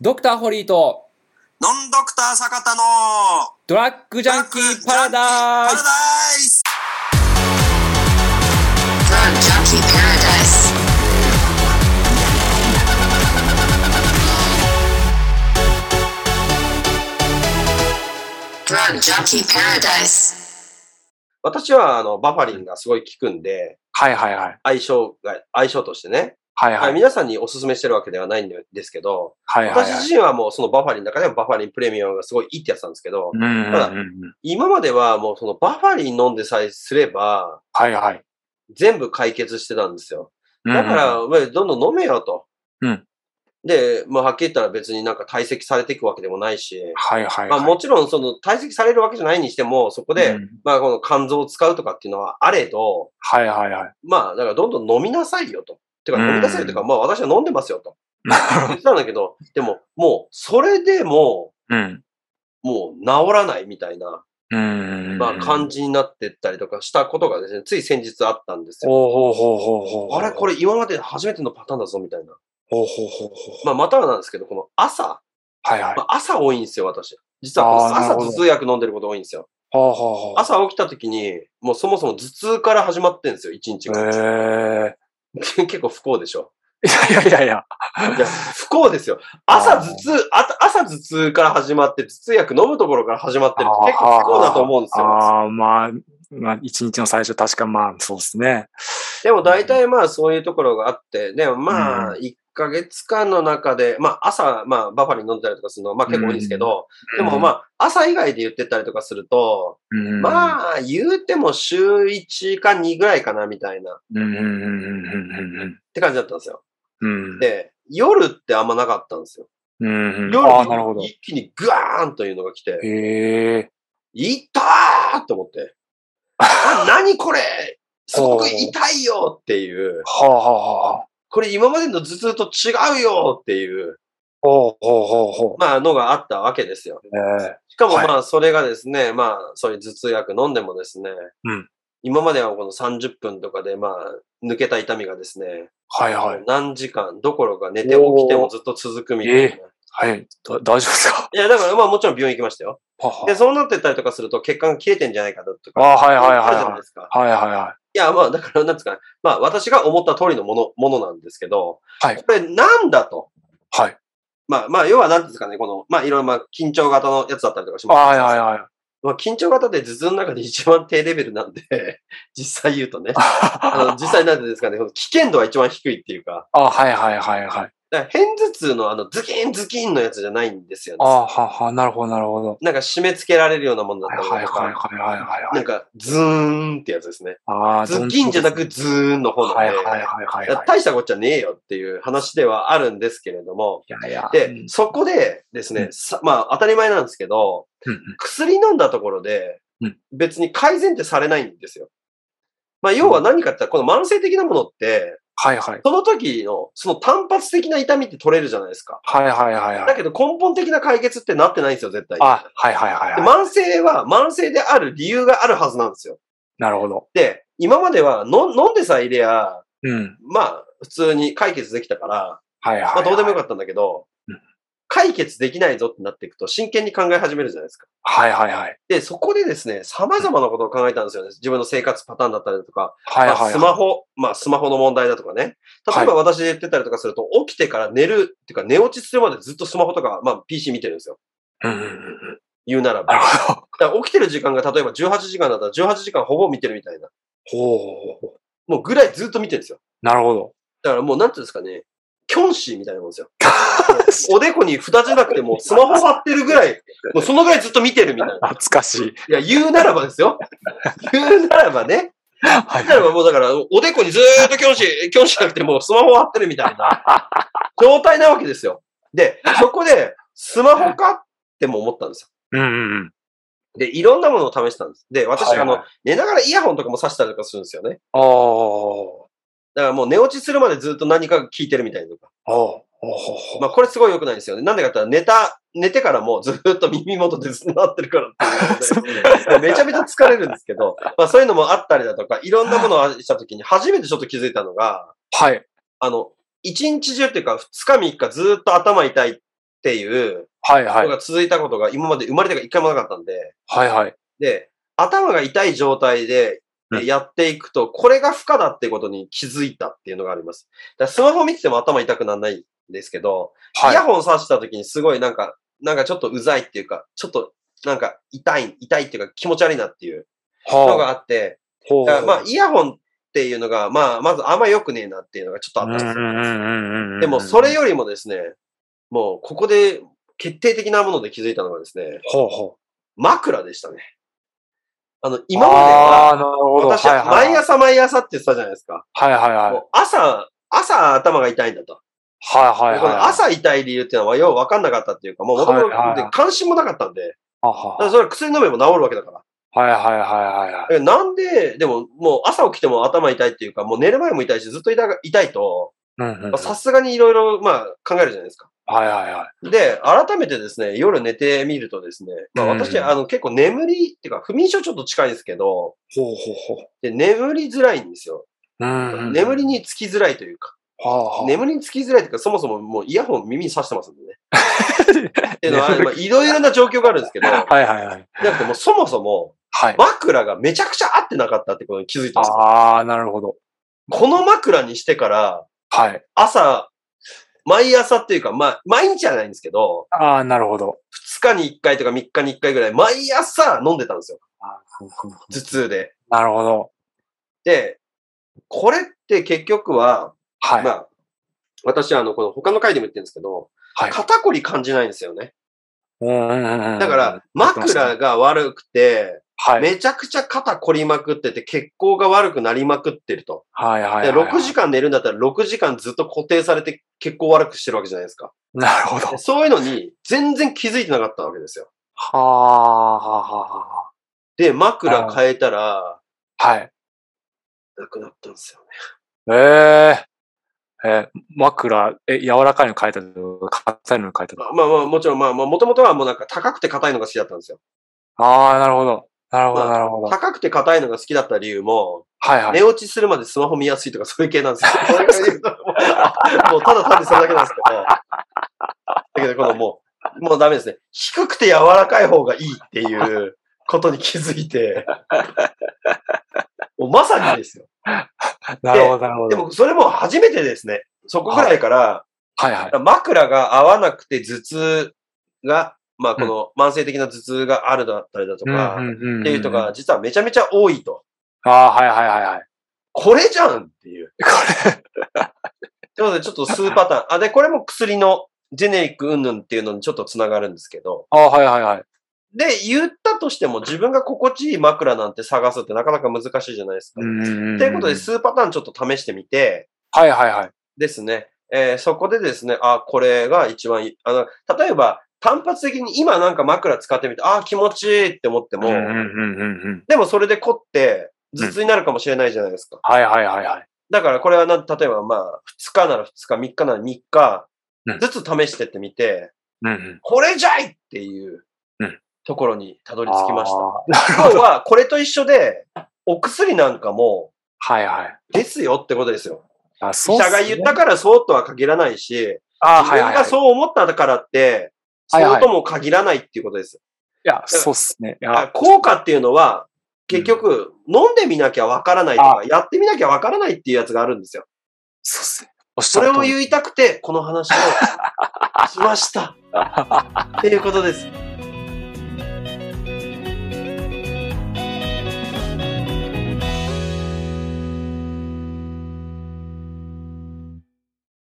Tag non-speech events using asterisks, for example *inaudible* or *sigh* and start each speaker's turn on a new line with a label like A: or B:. A: ドクターホリーと
B: ノンドクター坂田の
A: ドラッグジャンキーパラダイ
B: パラ
A: ス
B: ダイス
C: Drug Junkie Paradise.
D: 私は、あの、バファリンがすごい効くんで、
E: はいはいはい。
D: 相性が、相性としてね、
E: はいはい。
D: 皆さんにお勧めしてるわけではないんですけど、
E: はいはい
D: 私
E: はい。
D: 自身はもうそのバファリンの中でもバファリンプレミアムがすごいいいってやつなんですけど、
E: うんうんうんうん。
D: 今まではもうそのバファリン飲んでさえすれば、
E: はいはい。
D: 全部解決してたんですよ。
E: うんうん
D: だから、お前どんどん飲めよと。
E: うん
D: で、まあ、はっきり言ったら別になんか堆積されていくわけでもないし、
E: はいはいはい。
D: まあ、もちろんその堆積されるわけじゃないにしても、そこで、
E: うん
D: まあ、この肝臓を使うとかっていうのはあれど、
E: はいはいはい。
D: まあ、だからどんどん飲みなさいよと。てか、
E: うん
D: 飲みなさいよというか、まあ、私は飲んでますよ
E: *laughs*
D: と。言ってたんだけど、でも、もう、それでも、
E: うん。
D: もう治らないみたいな、
E: うんうんうん。
D: まあ、感じになってったりとかしたことがですね、つい先日あったんですよ。
E: ほうほうほうほうほう。
D: あれこ
E: れ。
D: れ今まで初めてのパターンだぞ、みたいな。
E: ほうほうほうほう。
D: まあ、またはなんですけど、この朝、
E: はいはい
D: ま。あ、朝多いんですよ、私。実はこの
E: あーなる
D: 朝
E: ほど
D: 頭痛薬飲んでること多いんですよ。
E: ほうほうほう。
D: 朝起きた時に、もうそもそも頭痛から始まってんですよ、一日
E: え
D: が。
E: え。
D: *laughs* 結構不幸でしょ。
E: いやいやい
D: *laughs*
E: や。
D: いや、不幸ですよ。朝
E: あー
D: 頭痛、あた朝頭痛から始まって、頭痛薬飲むところから始まってるって結構不幸だと思うんですよ。
E: ああ、まあ、まあ、一日の最初、確かまあ、そうですね。
D: でも大体まあそういうところがあって、でもまあ、1ヶ月間の中で、まあ朝、まあバファリン飲んでたりとかするのはまあ結構多いんですけど、でもまあ朝以外で言ってたりとかすると、
E: うん、あ、
D: まあ言うても週1か2ぐらいかなみたいなっ
E: うん、うん、うん、うん、
D: て感じだったんですよ。
E: うん、うん。、
D: で、夜ってあんまなかったんですよ。
E: うん、うん。
D: 夜
E: ああ、なるほど。
D: 一気にグワーンというのが来て、
E: へえ。
D: 痛ーと思って。
E: *laughs*
D: あ、何これすごく痛いよっていう。
E: はあ、はあ、はあ。
D: これ今までの頭痛と違うよっていう、
E: ほうほうほうほ
D: まあ、のがあったわけですよ。
E: う。ええ。
D: しかも
E: はい
D: まあ、それがですね、まあ、そういう頭痛薬飲んでもですね、
E: うん
D: 今まではこの30分とかで、まあ、抜けた痛みがですね、
E: はいはい。
D: 何時間どころか寝て起きてもずっと続くみたいな。
E: ええはい。だ大丈夫ですか
D: いや、だからまあ、もちろん病院行きましたよ。
E: はは
D: で、そうなってったりとかすると、血管が切れてんじゃないかだと
E: あ
D: か、
E: あ、はいはいは
D: あ
E: い
D: るじゃない
E: は
D: ですか。
E: い。はいはいはい
D: や、まあ、だから、なんですかね。まあ、私が思った通りのもの、ものなんですけど、
E: はい
D: これ、なんだと。
E: い。はい。
D: まあ、まあ、要は、なんですかね、この、まあ、いろいろ、まあ、緊張型のやつだったりとかし
E: あ
D: ます。
E: はいはいはい。
D: まあ、緊張型で頭痛の中で一番低レベルなんで、 *laughs* 実際言うとね。あの、実際なんていうんですかね、この危険度は一番低いっていうか、
E: *laughs* あはいはいはいはい。
D: だから偏頭痛のあの、ズキンズキンのやつじゃないんですよ
E: あ
D: ね。
E: はは、なるほどなるほど。
D: なんか締め付けられるようなもの
E: は
D: だ
E: い
D: ったり
E: はい
D: と
E: はい
D: か、
E: はいはいはいは
D: ないん。か、ズーンってやつですね。
E: ああ、
D: ズキンじゃなくズーンの方なんで。
E: はいはいはいはい
D: いや
E: はい。
D: 大したこっちゃねえよっていう話ではあるんですけれども、
E: いやいや。うん
D: で、そこでですね、
E: うん
D: さまあ当たり前なんですけど、
E: うん
D: 薬飲んだところで
E: うん、
D: 別に改善ってされないんですよ。まあ要は何かって言ったら、この慢性的なものって、
E: はいはい。
D: その時の、その単発的な痛みって取れるじゃないですか。
E: はいはいはいは
D: だ
E: い。
D: けど根本的な解決ってなってないんですよ、絶対に。
E: あ、はいはいはい
D: で
E: はい。
D: 慢性は慢性である理由があるはずなんですよ。
E: なるほど。
D: で、今まではの飲んでさえいりゃ、
E: うん。
D: まあ普通に解決できたから、
E: はいはいはい。
D: まあどうでもよか
E: っ
D: ったんだけど
E: うん、
D: 解決できないぞってなっていくと真剣に考え始めるじゃないですか。
E: た。はいはいはい。
D: で、そこでですね、様々なことを考えたんですよね。自分の生活パターンだったりだとか、
E: はいはい
D: ま
E: は
D: あ
E: い。
D: スマホ、まあスマホの問題だとかね。例えば私で言ってたりとかすると、起きてから寝る、っていうか寝落ちするまでずっとスマホとか、まあ PC 見てるんですよ。
E: うんうんうん。
D: 言うなら
E: な
D: ば。
E: るほど。
D: だから起きてる時間が例えば18時間だったら18時間ほぼ見てるみたいな。
E: ほうほうほう。
D: もうぐらいずっと見てるんですよ。
E: なるほど。
D: だからもうなんていうんですかね、キョンシーみたいなもんですよ。おでこに蓋じゃなくてもうスマホ張ってる
E: *laughs*
D: ぐらい、もうそのぐらいずっと見てるみたいな。
E: 懐かしい。
D: いや、言うならばですよ。言うならばね。
E: はい
D: 言うならばもうだから、おでこにずーっとキョンシー、キョンシーじゃなくてもうスマホ張ってるみたいな状態なわけですよ。で、そこでスマホかっても思ったんです
E: うんうんうん。
D: よ。で、いろんなものを試したんです。で、私、
E: はい
D: あ
E: はい
D: の、寝ながらイヤホンとかもさしたりとかするんですよね。
E: おお
D: だからもう寝落ちするまでずっと何かが聞いてるみたいなとか。
E: おおお
D: まあこれすごい良くないですよね。なんでかって言ったら寝た、寝てからもうずっと耳元でずっとなってるからっていうのでめちゃめちゃ疲れるんですけど、まあそういうのもあったりだとか、いろんなものをした時に初めてちょっと気づいたのが、
E: はい。
D: あの、一日中っていうか二日三日ずっと頭痛いっっていう
E: はいは
D: の
E: い。
D: が続いたことが今まで生まれてから一回もなかったんで、
E: はいはい。
D: で、頭が痛い状態で
E: うん
D: えやっていくと、これが負荷だってことに気づいたっていうのがあります。だからスマホ見てても頭痛くならないんですけど、イヤ
E: はい。
D: ホン挿した時にすごいなんか、なんかちょっとうざいっていうか、ちょっとなんか痛い、痛いっていうか気持ち悪いなっていうのが
E: は
D: あって、
E: あ。ほう。
D: だからまあイヤホンっていうのが、まあまずあんま良くねえなっていうのがちょっとあったんですよ。で
E: で
D: もそれ、よりもですね、もうここで決定的なもので気づいたのがですね、
E: ほうほう。
D: 枕でしたね。あの、今ま
E: あ
D: で
E: あー、
D: は、
E: なるほど。
D: 私
E: はい
D: は
E: はい
D: 毎朝毎朝って言ってたじゃないですか。
E: はいはいはい。
D: もう朝、朝頭が痛いんだと。
E: はいはい
D: こ
E: はい。
D: の、朝痛い理由っていうのはよう分かんなかったっていうか、もう元々
E: はいはい
D: 関心もなかったんで、
E: は
D: だから
E: は
D: それは薬飲めば治るわけだから。
E: はいはいはいはいはい。
D: えなんで、でももう朝起きても頭痛いっていうか、もう寝る前も痛いし、ずっと痛が痛いと、
E: うんうんうん
D: まあさすがにいろいろ、まあ、考えるじゃないですか。
E: はいはいはい。
D: で、改めてですね、夜寝てみるとですね、まあ
E: うん
D: 私、あの、結構眠りっていうか、不眠症ちょっと近いんですけど、
E: ほうほうほう。
D: で眠りづらいんですよ。
E: うんうんうん
D: 眠り、につきづらいというか、
E: はあはあ
D: 眠りにつきづらいというか、そもそももうイヤホン耳に刺してますんでね。
E: *laughs*
D: っていうのは、
E: 眠り
D: まあいろいろな状況があるんですけど、な
E: はいはいはい。
D: くてもうそもそも
E: はい。
D: 枕がめちゃくちゃ合ってなかったってことに気づいたんですよ。
E: ああ、なるほど。
D: この枕にしてから、
E: はい。
D: 朝、毎朝っていうか、まあ、毎日じゃないんですけど、
E: ああ、なるほど。
D: 2日に1回とか3日に1回ぐらい、毎朝飲んでたんですよ。頭痛で。
E: なるほど。
D: で、これって結局は、
E: はい。
D: まあ、私はあの、この他の回でも言ってるんですけど、
E: はい。
D: 肩こり感じないんですよね。
E: うんうんうんうん
D: だから、、
E: 言ってました
D: 枕が悪くて、
E: はい。
D: めちゃくちゃ肩こりまくってて、血行が悪くなりまくってると。
E: はいはいはい
D: で
E: はい。
D: 6時間寝るんだったら6時間ずっと固定されて血行悪くしてるわけじゃないですか。
E: なるほど。は
D: でそういうのに全然気づいてなかったわけですよ。
E: あはあは
D: で、枕変えたら、
E: あ。はい。
D: なくなったんですよね。
E: ええ。え、枕、え、柔らかいの変えたと、硬いの変えたと。
D: まあまあまあ、もちろんまあまあ、もともとはもうなんか高くて硬いのが好きだったんですよ。
E: ああ、なるほど。なるほど、
D: まあ
E: なるほど。
D: 高くて硬いのが好きだった理由も、
E: はいはい
D: 寝。落ちするまでスマホ見やすいとかそういう系なん
E: *laughs*
D: ですよ。それが理由だと思うもうただ単にそれだけなんですけど。だけど、このもう、もうダメですね。低くて柔らかい方がいいっていうことに気づい
E: *laughs*
D: て、もうまさにですよ。
E: なるほど、なるほ
D: で
E: ど。
D: も、それも初めてですね。そこぐらいから、
E: はいはい。
D: 枕が合わなくて頭痛が、まあこの慢性的な頭痛があるだったりだとか、
E: んんんん
D: っていう人が実はめちゃめちゃ多いと。
E: ああ、はいはいはいはい。
D: これじゃんっていう。
E: こ
D: ということで、ちょっと数パターン。あ、で、これも薬のジェネリック云々っていうのにちょっとつながるんですけど。
E: *laughs* れ。ああ、はいはいはい。
D: で、言ったとしても自分が心地いい枕なんて探すってなかなか難しいじゃないですか。
E: うんうんんん
D: ということで、数パターンちょっと試してみて
E: はいはいはい。
D: ですね。えーそこでですね、あ、これが一番いい。あの、例えば、単発的に今なんか枕使ってみて、あ、気持ちいいって思っても、
E: うんうんうんうん。
D: でもそれで凝って、頭痛になるかもしれないじゃないですか。
E: はいはいはいはい。
D: だからこれはなん、例えばまあ、2日なら2日、3日なら3日
E: うん、
D: ずつ試してってみて、
E: うんうん。
D: これじゃいっていう
E: うん
D: ところにたどり着きました。
E: た。
D: 今日はこれと一緒で、お薬なんかも、
E: はいはい。
D: ですよってことですよ。
E: あ、
D: 医者が言ったからそうとは限らないし、
E: あ
D: 自
E: はい
D: 分
E: はい、
D: が
E: はい。い
D: そう思ったからって、
E: は
D: そ
E: いはいう
D: とも限らないっていうことです。
E: や、そうっすね。い
D: あ
E: や、
D: 効果っていうのは、結局、飲んでみなきゃわからないとか、やってみなきゃわからないっていうやつがあるんですよ。
E: そうっすね。おっし
D: そ
E: ゃ
D: れ
E: る
D: を
E: 通り。 *laughs*
D: 言いたくて、この話をしました。っていうことです。